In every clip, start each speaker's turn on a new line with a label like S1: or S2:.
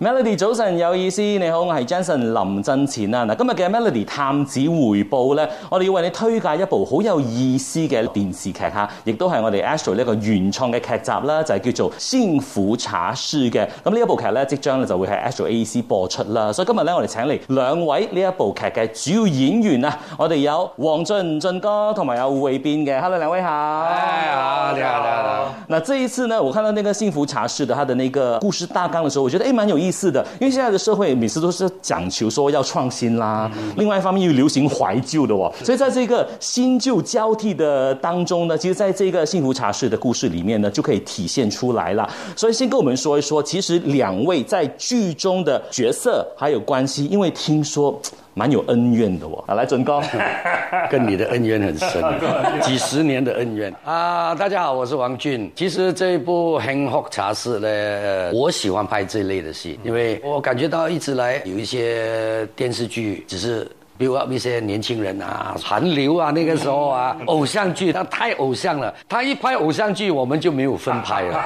S1: Melody 早晨有意思，你好，我係 Jensen 林振前啊！嗱，今日嘅 Melody 探子回報咧，我哋要為你推介一部好有意思嘅電視劇嚇，亦都係我哋 Astro 呢個原創嘅劇集啦，就係、叫做《幸福茶室》嘅。咁呢一部劇咧，即將咧就會喺 Astro AEC 播出啦。所以今日咧，我哋請嚟兩位呢一部劇嘅主要演員啊，我哋有黃俊俊哥同埋有魏邊嘅，Hello 兩位好。
S2: 哎，好，你好，你好，你好。
S1: 那这一次呢，我看到那个幸福茶室的它的那个故事大纲的时候，我觉得诶哎蛮有意思的，因为现在的社会每次都是讲求说要创新啦，另外一方面又流行怀旧的哦，所以在这个新旧交替的当中呢，其实在这个幸福茶室的故事里面呢，就可以体现出来了。所以先跟我们说一说，其实两位在剧中的角色还有关系，因为听说。蛮有恩怨的哦，啊来准哥，
S2: 跟你的恩怨很深，啊几十年的恩怨啊！大家好，我是王俊。其实这一部《幸福茶室》呢，呃我喜欢拍这类的戏，因为我感觉到一直来有一些电视剧只是。build up 一些年轻人啊，韩流啊，那个时候啊，偶像剧那太偶像了，他一拍偶像剧，我们就没有分拍了。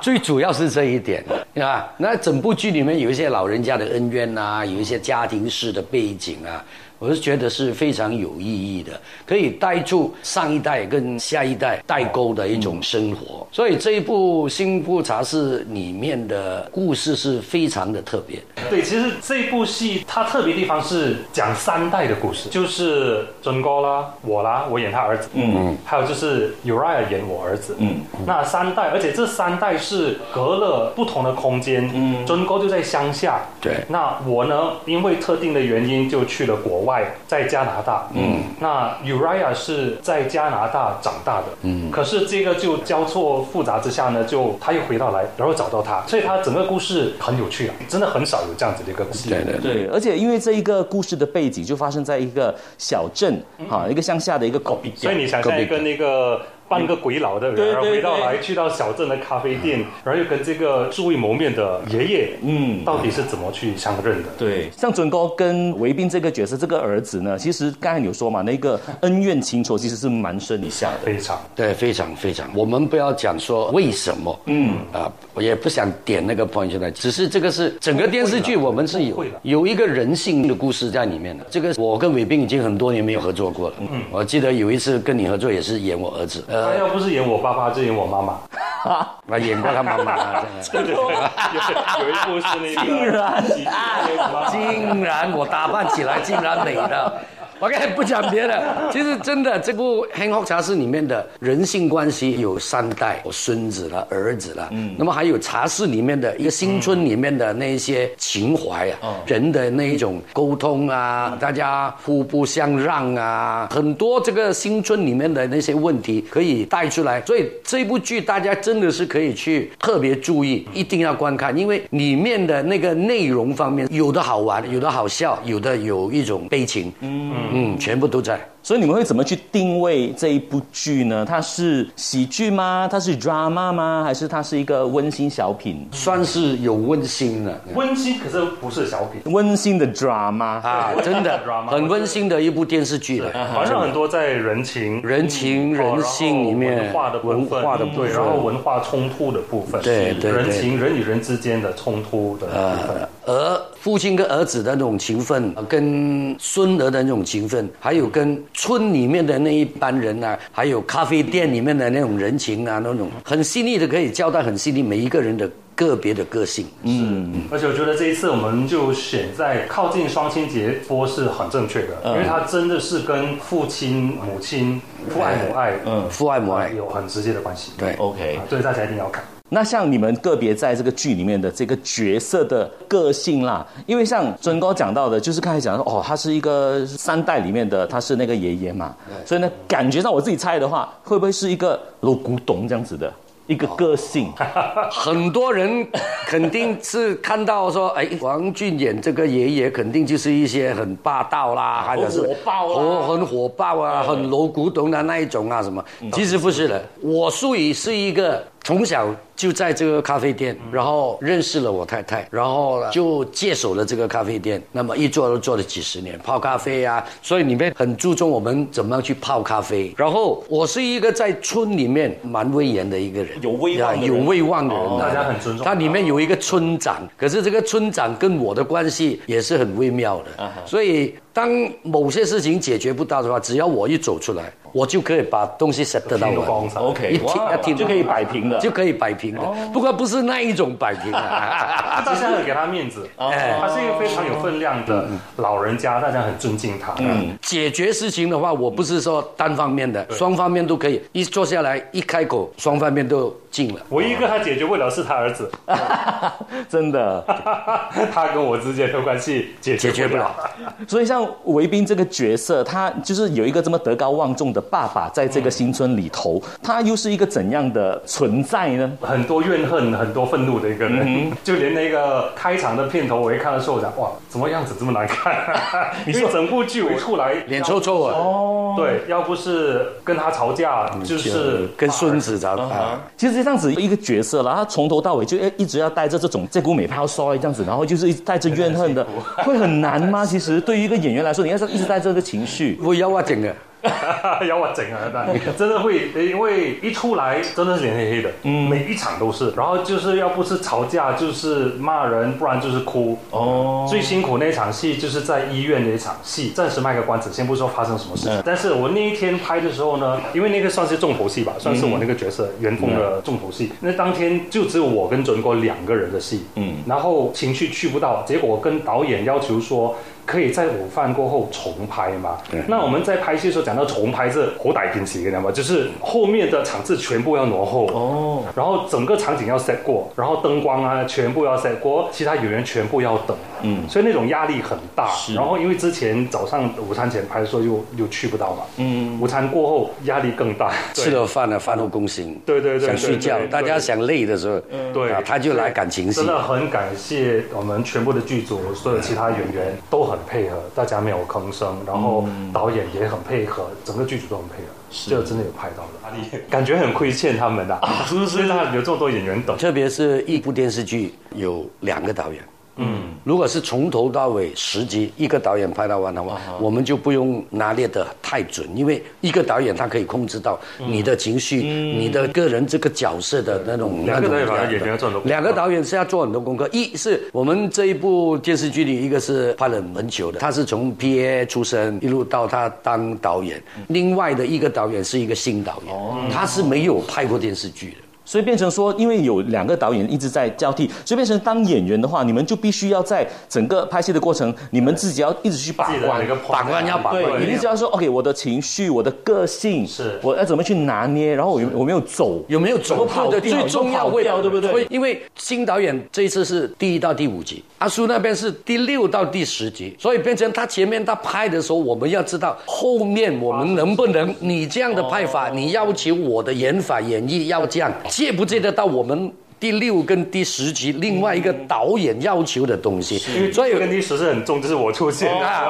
S2: 最主要是这一点啊。那整部剧里面有一些老人家的恩怨啊，有一些家庭式的背景啊，我是觉得是非常有意义的，可以带住上一代跟下一代代沟的一种生活。所以这一部《新富茶室》里面的故事是非常的特别。
S3: 对，其实这部戏它特别地方是讲三代的故事，就是尊哥啦、我啦，我演他儿子，嗯，还有就是 Uriah 演我儿子，嗯，那三代，而且这三代是隔了不同的空间，嗯，尊哥就在乡下，
S2: 对
S3: 那我呢，因为特定的原因就去了国外，在加拿大，嗯，那 Uriah 是在加拿大长大的，嗯，可是这个就交错复杂之下呢，就他又回到来，然后找到他，所以他整个故事很有趣啊，真的很少有这样子的一个故事，
S2: 对对
S1: 对，而且因为这一个故事的背景就发生在一个小镇，哈、一个乡下的一个狗逼
S3: 嗯哦所以你想象一个那个半个鬼佬的
S1: 对
S3: 人，然后
S1: 对
S3: 回到
S1: 对
S3: 来去到小镇的咖啡店，然后又跟这个素未谋面的爷爷，
S1: 嗯
S3: 嗯，到底是怎么去相认的？
S1: 对，像准哥跟维斌这个角色，这个儿子呢，其实刚才你有说嘛，那个恩怨情仇其实是蛮深以下的。
S3: 非常，
S2: 对，非常非常。我们不要讲说为什么，嗯啊，我也不想点那个 point 出来，只是这个是整个电视剧我们是有
S3: 会了
S2: 有一个人性的故事在里面的。这个我跟伟斌已经很多年没有合作过了，嗯，我记得有一次跟你合作也是演我儿子，
S3: 他
S2: 呃，
S3: 要不是演我爸爸，就演我妈妈。
S2: 我演过他妈妈啊，真的
S3: 有有一部是那个
S1: 竟然
S3: 喜剧那个 吗
S2: 竟然我打扮起来竟然美 的。OK，不讲别的，其实真的这部《黑 k 茶室》里面的人性关系有三代，我孙子了、儿子了，嗯，那么还有茶室里面的一个新村里面的那一些情怀啊，人的那一种沟通啊，大家互不相让啊，很多这个新村里面的那些问题可以带出来，所以这部剧大家真的是可以去特别注意，一定要观看，因为里面的那个内容方面，有的好玩，有的好笑，有的有一种悲情，嗯嗯，全部都在。
S1: 所以你们会怎么去定位这一部剧呢？它是喜剧吗？它是 drama 吗？还是它是一个温馨小品？
S2: 算是有温馨了
S3: 温馨可是不是小品，
S1: 温馨的 drama，、
S2: 啊，真的很温馨的一部电视剧了。
S3: 好像很多在人情、
S2: 人情
S3: 嗯哦
S2: 啊人性里面
S3: 然后文化的部分，
S2: 文化的部分
S3: 对，然后文化冲突的部分，
S2: 对对对啊
S3: 人情人与人之间的冲突的部
S2: 呃
S3: 分，
S2: 啊
S3: 嗯
S2: 嗯
S3: 而且我觉得这一次我们就选在靠近双亲节播是很正确的，
S2: 嗯
S3: 因为它真的是跟父亲、母亲、父爱、母爱，嗯，
S2: 父爱母爱，
S3: 有很直接的关系。
S2: 对
S1: o k
S3: 啊，对大家一定要看。
S1: 那像你们个别在这个剧里面的这个角色的个性啦，因为像尊哥讲到的，就是刚才讲到哦，他是一个三代里面的，他是那个爷爷嘛，所以呢，感觉上我自己猜的话，会不会是一个老古董这样子的一个个 性？
S2: 很多人肯定是看到说，哎，王俊演这个爷爷肯定就是一些很霸道啦，还有是
S1: 火爆啊
S2: 很很
S1: 嗯
S2: 火爆啊，很楼古董的那一种啊什么。其实不是的，我属于是一个从小就在这个咖啡店，
S1: 嗯
S2: 然后认识了我太太，然后就接手了这个咖啡店。那么一做都做了几十年，泡咖啡啊，所以里面很注重我们怎么样去泡咖啡。然后我是一个在村里面蛮威严的一个人，
S1: 有威望的
S2: 呀
S1: 人
S2: 有威望的人啊，
S3: 大家很尊重
S2: 他里面有一个村长，可是这个村长跟我的关系也是很微妙的，所以当某些事情解决不到的话，只要我一走出来，我就可以把东西 set 得到
S3: 一个
S2: 完。
S3: 广场
S1: OK，
S2: 一听
S1: 哇
S2: 一听
S1: 就可以摆平了。
S2: 就可以摆平的。不过不是那一种摆平啊。
S3: 大家很给他面子，
S2: 哎
S3: 他是一个非常有分量的老人家，大家很尊敬他。嗯，
S2: 解决事情的话，我不是说单方面的，双方面都可以。一坐下来，一开口，双方面都进了。
S3: 唯一一个他解决不了是他儿子，
S1: 真的，
S3: 他跟我之间的关系解
S2: 解
S3: 决
S2: 决
S3: 不
S2: 不
S3: 了
S2: 了。，
S1: 所以像韦斌这个角色，他就是有一个这么德高望重的爸爸在这个新村里头，他又是一个怎样的存在呢？
S3: 很多怨恨、很多愤怒的一个
S2: 嗯
S3: 人， 就连那个开场的片头，我一看的时候，我讲哇，怎么样子这么 难看？因为整部剧我出来
S2: 脸臭臭啊，
S3: 对，要不是跟他吵架，就是
S2: 跟孙子咋啊？
S1: 其实这样子一个角色啦，他从头到尾就一直要带着这种这股美泡衰这样子，然后就是一直带着怨恨的，会很难吗？其实对于一个演员来说，你要是一直带这个情绪，
S2: 不要啊，整的。
S3: 要我整啊！但真的会，因为一出来真的是脸黑黑的，嗯，每一场都是。然后就是要不是吵架，就是骂人，不然就是哭。哦，最辛苦那场戏就是在医院的一场戏，暂时卖个关子，先不说发生什么事情。但是我那一天拍的时候呢，因为那个算是重头戏吧，算是我那个角色袁峰的重头戏。那当天就只有我跟准哥两个人的戏，嗯，然后情绪去不到，结果我跟导演要求说。可以在午饭过后重拍吗？那我们在拍戏的时候讲到重拍是好歹平时，你知道吗？就是后面的场次全部要挪后哦，然后整个场景要 set 过，然后灯光啊全部要 set 过，其他演员全部要等，嗯，所以那种压力很大。然后因为之前早上午餐前拍的时候又又去不到嘛，嗯，午餐过后压力更大，
S2: 吃了饭了，饭后公行，
S3: 对对对对
S2: 想睡觉
S3: 对，对
S2: 大家想累的时候，
S3: 对
S2: 啊，他就来感情戏
S3: 真，的很感谢我们全部的剧组，所有其他演员都很配合，大家没有吭声，然后导演也很配合，整个剧组都很配合，这真的有拍到的， 感觉很亏欠他们的，是不是？他有这么多演员等，
S2: 特别是一部电视剧有两个导演。嗯，如果是从头到尾十集一个导演拍到完的话，我们就不用拿捏得太准，因为一个导演他可以控制到你的情绪、你的个人这个角色的那种。
S3: 两个
S2: 那种
S3: 导演把
S2: 样
S3: 演员要做很多功课
S2: 两个导演是要做很多功课，一是我们这一部电视剧里，一个是拍了很久的，他是从 P A 出身一路到他当导演，另外的一个导演是一个新导演，他是没有拍过电视剧的。
S1: 所以变成说，因为有两个导演一直在交替，所以变成当演员的话，你们就必须要在整个拍戏的过程，你们自己要一直去把
S3: 自己的
S1: 关
S3: 那。个
S2: 把关要把关
S1: 对，你一直要说 OK，我的情绪，我的个性，
S3: 是
S1: 我要怎么去拿捏，然后我有我没有走，
S2: 有没有走
S1: 跑
S2: 对的？
S1: 掉
S2: 最重要
S1: 有跑
S2: 会
S1: 掉对不对
S2: 会因为新导演这一次是第一到第五集，阿叔那边是第六到第十集，所以变成他前面他拍的时候，我们要知道后面我们能不能你这样的拍
S1: 哦
S2: 法，你要求我的演法演绎要这样，借不借得到我们？第六跟第十集，另外一个导演要求的东西，所以
S3: 这个历史是很重，就是我出现的，
S2: 啊，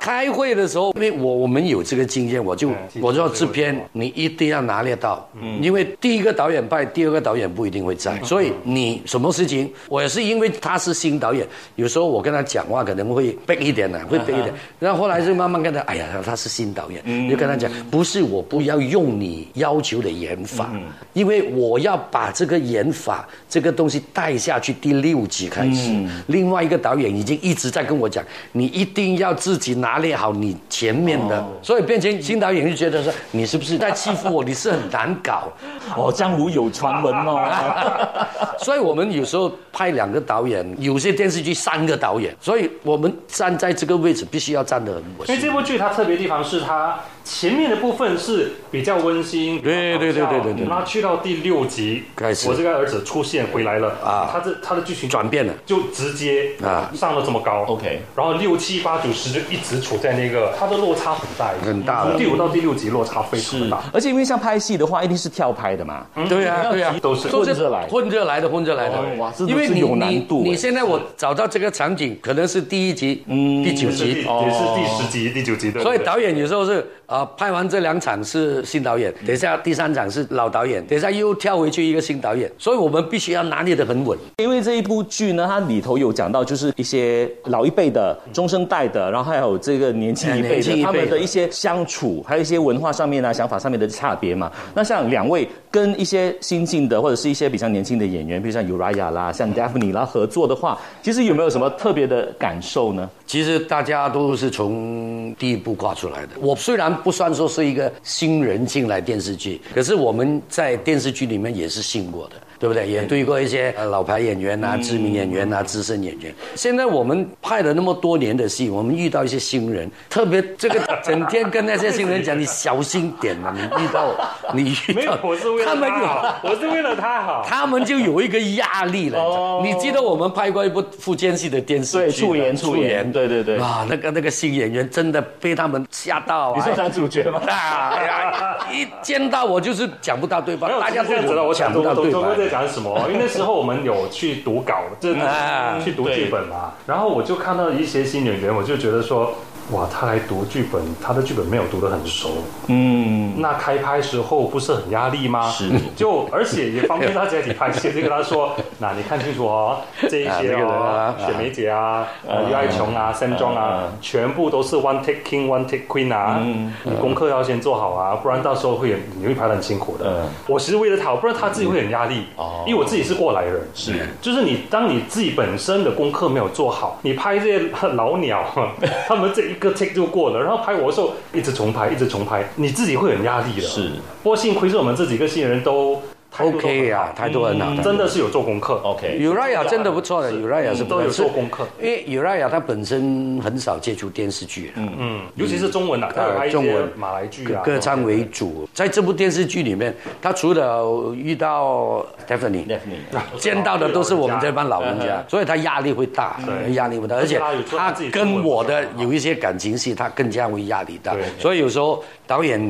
S2: 开会的时候，因为我我们有这个经验，我就
S3: 其实
S2: 我说制片，你一定要拿捏到，因为第一个导演派，第二个导演不一定会在，所以你什么事情，我也是因为他是新导演，有时候我跟他讲话可能会背一点的，会背一点，然后后来就慢慢跟他，哎呀，他是新导演，就跟他讲，不是我不要用你要求的演法，因为我要把这个演法这个东西带下去第六集开始，另外一个导演已经一直在跟我讲，你一定要自己拿捏好你前面的，所以变成新导演就觉得说你是不是在欺负我，你是很难搞，
S1: 哦，江湖有传闻哦。
S2: 所以我们有时候拍两个导演，有些电视剧三个导演，所以我们站在这个位置必须要站得很
S3: 因为
S2: 稳。
S3: 这部剧它特别地方是它前面的部分是比较温馨，
S2: 对
S3: 比较搞笑
S2: 对对对对对
S3: 那去到第六集
S2: 开始
S3: 我这个儿子出现回来了啊
S2: 啊，
S3: 他这他的剧情
S2: 转变了
S3: 就直接啊
S2: 啊
S3: 上了这么高
S1: OK
S3: 然后六七八九十就一直处在那个它的落差很大，
S2: 很大
S3: 从
S2: 的
S3: 第五到第六集落差非常大，
S1: 而且因为像拍戏的话，一定是跳拍的嘛，
S2: 对 啊，对啊，
S3: 都是
S1: 混着来哦
S2: 混着来的，混着来的。
S1: 哇真的
S2: 因为
S1: 是
S2: 你
S1: 有难度
S2: 你
S1: 哎
S2: 你现在我找到这个场景，可能是第一集、第
S1: 嗯
S2: 九
S3: 也是
S2: 集，
S3: 第也是第十集、第九集的，
S2: 所以
S3: 对不对
S2: 导演有时候是啊，拍完这两场是新导
S1: 嗯
S2: 演，等一下第三场是老导演，等一下又跳回去一个新导演，所以我们必须要拿捏得很稳。
S1: 因为这一部剧呢，它里头有讲到，就是一些老一辈的、中生代的，然后还有这个年轻一辈
S2: 年轻
S1: 的，
S2: 一辈的
S1: 他们的一些相处，还有一些文化上面啊、想法上面的差别嘛。那像两位跟一些新进的，或者是一些比较年轻的演员，比如像 Uraya 啦、像 Daphne 啦合作的话，其实有没有什么特别的感受呢？
S2: 其实大家都是从第一部跨出来的。我虽然不算说是一个新人进来电视剧，可是我们在电视剧里面也是信过的，对不对？也对过一些呃老牌演员
S3: 嗯
S2: 啊、知名演员啊、资深演员。现在我们拍了那么多年的戏，我们遇到一些新人，特别这个整天跟那些新人讲，你小心点啊，你遇到 你
S3: 没
S2: 遇
S3: 有
S2: 到，
S3: 我是为
S2: 他
S3: 了
S2: 们
S3: 他
S2: 有。
S3: 好，我是为了他好。
S2: 他们就有一个压力了。
S1: 哦
S2: 你记得我们拍过一部福建戏的电视剧吗，
S1: 对醋盐醋盐对对对
S2: 啊，那个那个新演员真的被他们吓到啊！
S1: 你说男主角吗？
S2: 啊哎呀一见到我就是讲不到对方
S3: 没，有，
S2: 大家
S3: 其实这样子的，
S2: 都
S3: 我
S2: 讲
S3: 想
S2: 不
S3: 懂
S2: 到
S3: 懂
S2: 对
S3: 中国在
S2: 方。
S3: 讲什么，因为那时候我们有去读稿，真
S2: 啊
S3: 的去读剧本嘛，然后我就看到一些新演员，我就觉得说。哇，他来读剧本，他的剧本没有读得很熟，
S1: 嗯，
S3: 那开拍时候不是很压力吗？
S1: 是
S3: 就而且也方便大家一起拍戏， 就跟他说，那你看清楚哦，这一
S2: 啊那
S3: 些
S2: 个人啊
S3: 哦，雪梅姐啊，呃，于爱琼啊，三庄啊，全部都是 one take king one take queen 啊，你功课要先做好啊，不然到时候会你会拍的很辛苦的
S1: 嗯。
S3: 我其实为了他，不然他自己会很压力
S1: 哦，
S3: 因为我自己是过来人，是，就是你当你自己本身的功课没有做好，你拍这些老鸟， 他们这一个 take 就过了，然后拍我的时候一直重拍，一直重拍，你自己会很压力的。
S1: 是，
S3: 不过幸亏是我们这几个新人都态度都很好
S2: OK 啊，态度很好。
S3: 嗯真的是有做功课。
S1: OK，
S2: Uraya 真的不错的，Uraya 是
S3: 都有做功课，
S2: 因为 Uraya 他本身很少接触电视剧，嗯，
S3: 嗯，尤其是中文啊，他有拍一些马来剧啊，
S2: 歌唱为主。在这部电视剧里面，他除了遇到 Stephanie，
S1: Daphne
S2: 见到的都是我们这帮老人家，所以他压力会大，
S3: 对
S2: 压力会大，而且他跟我的有一些感情戏，他更加会压力大
S3: 对。
S2: 所以有时候导演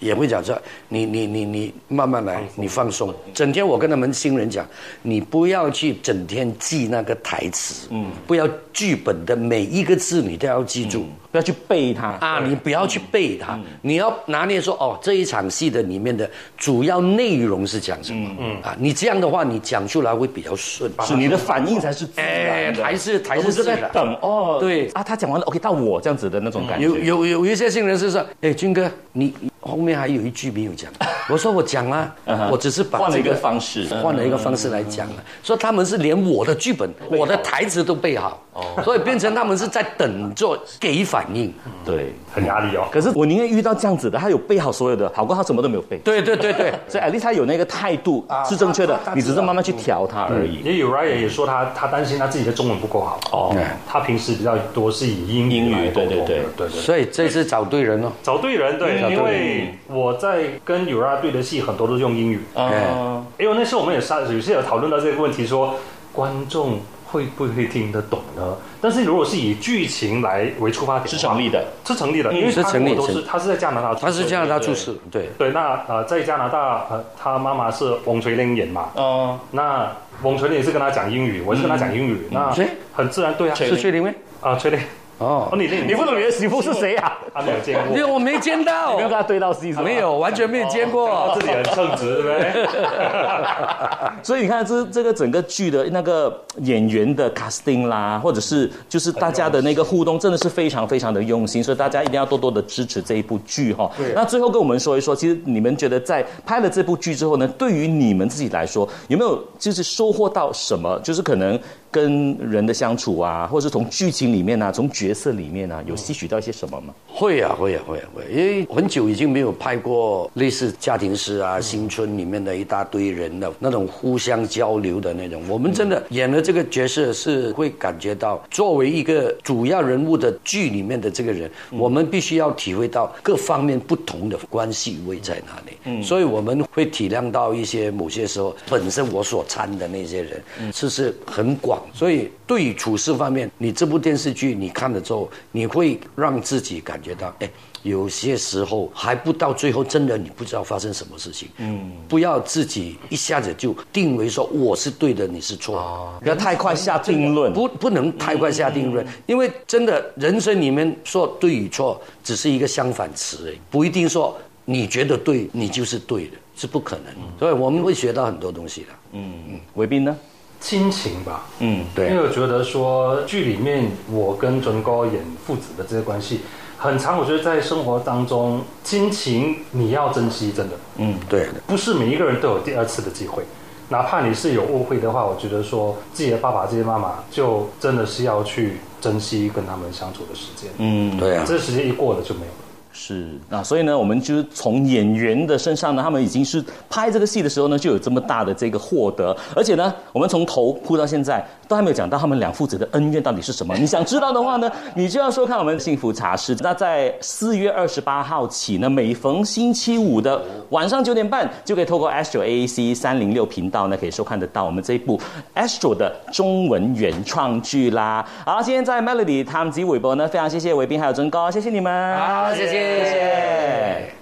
S2: 也会讲说：“你你你你慢慢来，你放松。”整天我跟他们新人讲，你不要去整天记那个台词，嗯，不要剧本的每一个字你都要记住。
S1: 不要去背它
S2: 啊，你不要去背它，你要拿捏说哦，这一场戏的里面的主要内容是讲什么？嗯啊，你这样的话，你讲出来会比较顺。
S1: 是你的反应才是自然的，
S2: 哎还是还是
S1: 而不
S2: 自然
S1: 在等哦，
S2: 对
S1: 啊，他讲完了，OK，到我这样子的那种感觉。
S2: 有有有一些新人是说，哎，军哥，你你后面还有一句没有讲。我说我讲了，我只是把
S1: 换了
S2: 这嗯
S1: 一个方式嗯
S2: 换了一个方式来讲了。说他们是连我的剧本、我的台词都背好，所以变成他们是在等着给反应。
S1: 对，
S3: 很压力哦。
S1: 可是我宁愿遇到这样子的，他有背好所有的，好过他什么都没有背。
S2: 对对对对。
S1: 所以艾丽她有那个态度是正确的，你只是慢慢去调它而已。
S3: 也有 Ryan 也说他他担心他自己的中文不够好，
S1: 哦，
S3: 他平时比较多是以英
S1: 英
S3: 语
S1: 语
S3: 来沟
S1: 对对
S3: 通的，
S1: 对
S3: 对 对。
S2: 所以这次找对人了、
S3: 找对人，对，
S2: 找对人
S3: 因为我在跟 Ura 对的戏很多都是用英语，
S2: 哎
S1: 啊，
S3: 因为那时候我们也上有些有讨论到这个问题说，观众会不会听得懂呢？但是如果是以剧情来为出发点，
S1: 是成立，的。
S3: 是成立的，因为
S2: 是
S3: 他
S2: 成立
S3: 我都
S2: 成
S3: 是他是在加拿大出生
S2: 他
S3: 的，
S2: 是加拿大出事，对。
S3: 对，那呃，在加拿大，呃，他妈妈是翁垂玲演嘛，
S1: 嗯，
S3: 那翁垂玲也是跟他讲英语，我也是跟他讲英语，那
S2: 谁
S3: 很自然，对啊，
S1: 垂
S2: 是薛玲妹？
S3: 啊，垂玲，
S2: 哦
S3: 哦，，你你
S1: 你不懂你的媳妇是谁啊？
S3: 他没有见
S2: 因为
S3: 过，
S2: 我 没见到哦
S1: 没有跟，他对到戏是吧
S2: 没有，。完全没有见
S3: 他
S2: 过。
S3: 自己很称职，对不对？
S1: 所以你看这这个整个剧的那个演员的 casting 啦，或者是就是大家的那个互动，真的是非常非常的用心，所以大家一定要多多的支持这一部剧哈、那最后跟我们说一说，其实你们觉得在拍了这部剧之后呢，对于你们自己来说，有没有就是收获到什么？就是可能跟人的相处啊，或者是从剧情里面啊，从角色里面啊，有吸取到一些什么吗？
S2: 会啊，会啊，会啊，会啊，因为很久已经没有拍过类似家庭式啊、新村里面的一大堆人的那种互相交流的那种。我们真的演了这个角色，是会感觉到作为一个主要人物的剧里面的这个人，我们必须要体会到各方面不同的关系位在哪里。所以我们会体谅到一些某些时候本身我所参的那些人，这是很广。所以对于处事方面，你这部电视剧你看了。了之后，你会让自己感觉到，哎，有些时候还不到最后，真的你不知道发生什么事情。嗯，不要自己一下子就定为说我是对的，你是错的。
S1: 不要太快下定论。
S2: 不不能太快下定
S1: 嗯
S2: 论，因为真的人生里面说对与错只是一个相反词而已，不一定说你觉得对，你就是对的，是不可能。
S1: 嗯
S2: 所以我们会学到很多东西的。
S1: 韦斌呢？
S3: 亲情吧，
S1: 嗯，
S2: 对
S3: 因为我觉得说剧里面我跟准哥演父子的这些关系，很长，我觉得在生活当中，亲情你要珍惜，真的
S2: 对的，
S3: 不是每一个人都有第二次的机会。哪怕你是有误会的话，我觉得说自己的爸爸、自己的妈妈，就真的是要去珍惜跟他们相处的时间。
S1: 嗯，
S2: 对啊。
S3: 这时间一过了就没有了。
S1: 是啊，所以呢，我们就从演员的身上呢，他们已经是拍这个戏的时候呢，就有这么大的这个获得，而且呢，我们从头铺到现在都还没有讲到他们两父子的恩怨到底是什么。你想知道的话呢，你就要收看我们《幸福茶室》。那在四月二十八号起呢，每逢星期五的晚上九点半，就可以透过 Astro AAC 三零六频道呢，可以收看得到我们这一部 Astro 的中文原创剧啦。好，今天在 Melody 汤吉韦伯呢，非常谢谢韦斌还有曾哥，谢谢你们。
S2: 好，谢谢。
S1: 谢谢